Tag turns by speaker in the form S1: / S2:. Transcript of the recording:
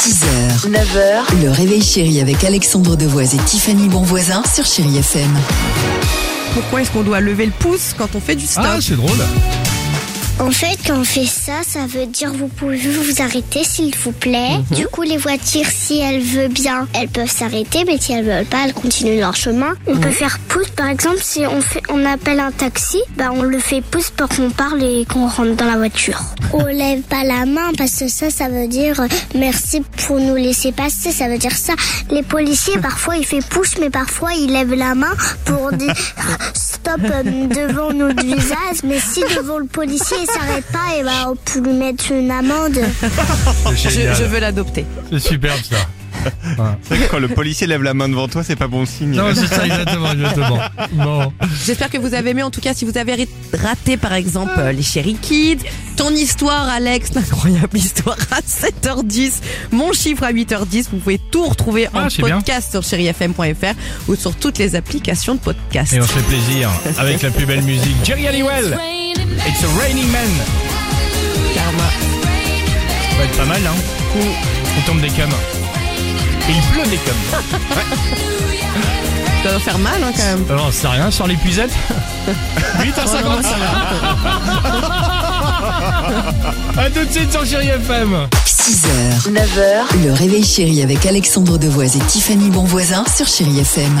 S1: 6h, 9h, le réveil chéri avec Alexandre Devoise et Tiffany Bonvoisin sur Chéri FM.
S2: Pourquoi est-ce qu'on doit lever le pouce quand on fait du stop
S3: Ah, c'est drôle.
S4: En fait, quand on fait ça, ça veut dire vous pouvez vous arrêter s'il vous plaît. Du coup, les voitures, si elles veulent bien, elles peuvent s'arrêter, mais si elles veulent pas, elles continuent leur chemin. On peut faire pouce, par exemple, si on fait, on appelle un taxi, bah on le fait pouce pour qu'on parle et qu'on rentre dans la voiture. On lève pas la main parce que ça, ça veut dire euh, merci pour nous laisser passer, ça veut dire ça. Les policiers, parfois, ils font pouce, mais parfois, ils lèvent la main pour dire stop euh, devant notre visage, mais si devant le policier, il s'arrête pas, et ben, on peut lui mettre une amende.
S2: je,
S3: C'est génial.
S2: je veux l'adopter.
S3: C'est superbe ça.
S5: C'est vrai que quand le policier lève la main devant toi, c'est pas bon signe.
S3: Non, c'est ça, exactement, exactement. Bon.
S2: J'espère que vous avez aimé. En tout cas, si vous avez ri- raté, par exemple,
S3: Ah.
S2: euh, les Chéri Kids, ton histoire, Alex, l'incroyable histoire à 7h10, mon chiffre à 8h10, vous pouvez tout retrouver en
S3: Ah, c'est bien.
S2: podcast sur chérifm.fr ou sur toutes les applications de podcast.
S3: Et on se fait plaisir avec la plus belle musique. Jerry Halliwell, It's a Raining Man. Ça va être pas mal, hein. On tombe des cums. Et il pleut des cums.
S2: Ça doit faire mal, hein, quand même.
S3: Alors, ça sert à Euh, rien sur l'épuisette 8h55.
S2: Oh,
S3: A tout de suite sur Chéri FM.
S1: 6h, 9h, le réveil chéri avec Alexandre Devoise et Tiffany Bonvoisin sur Chéri FM.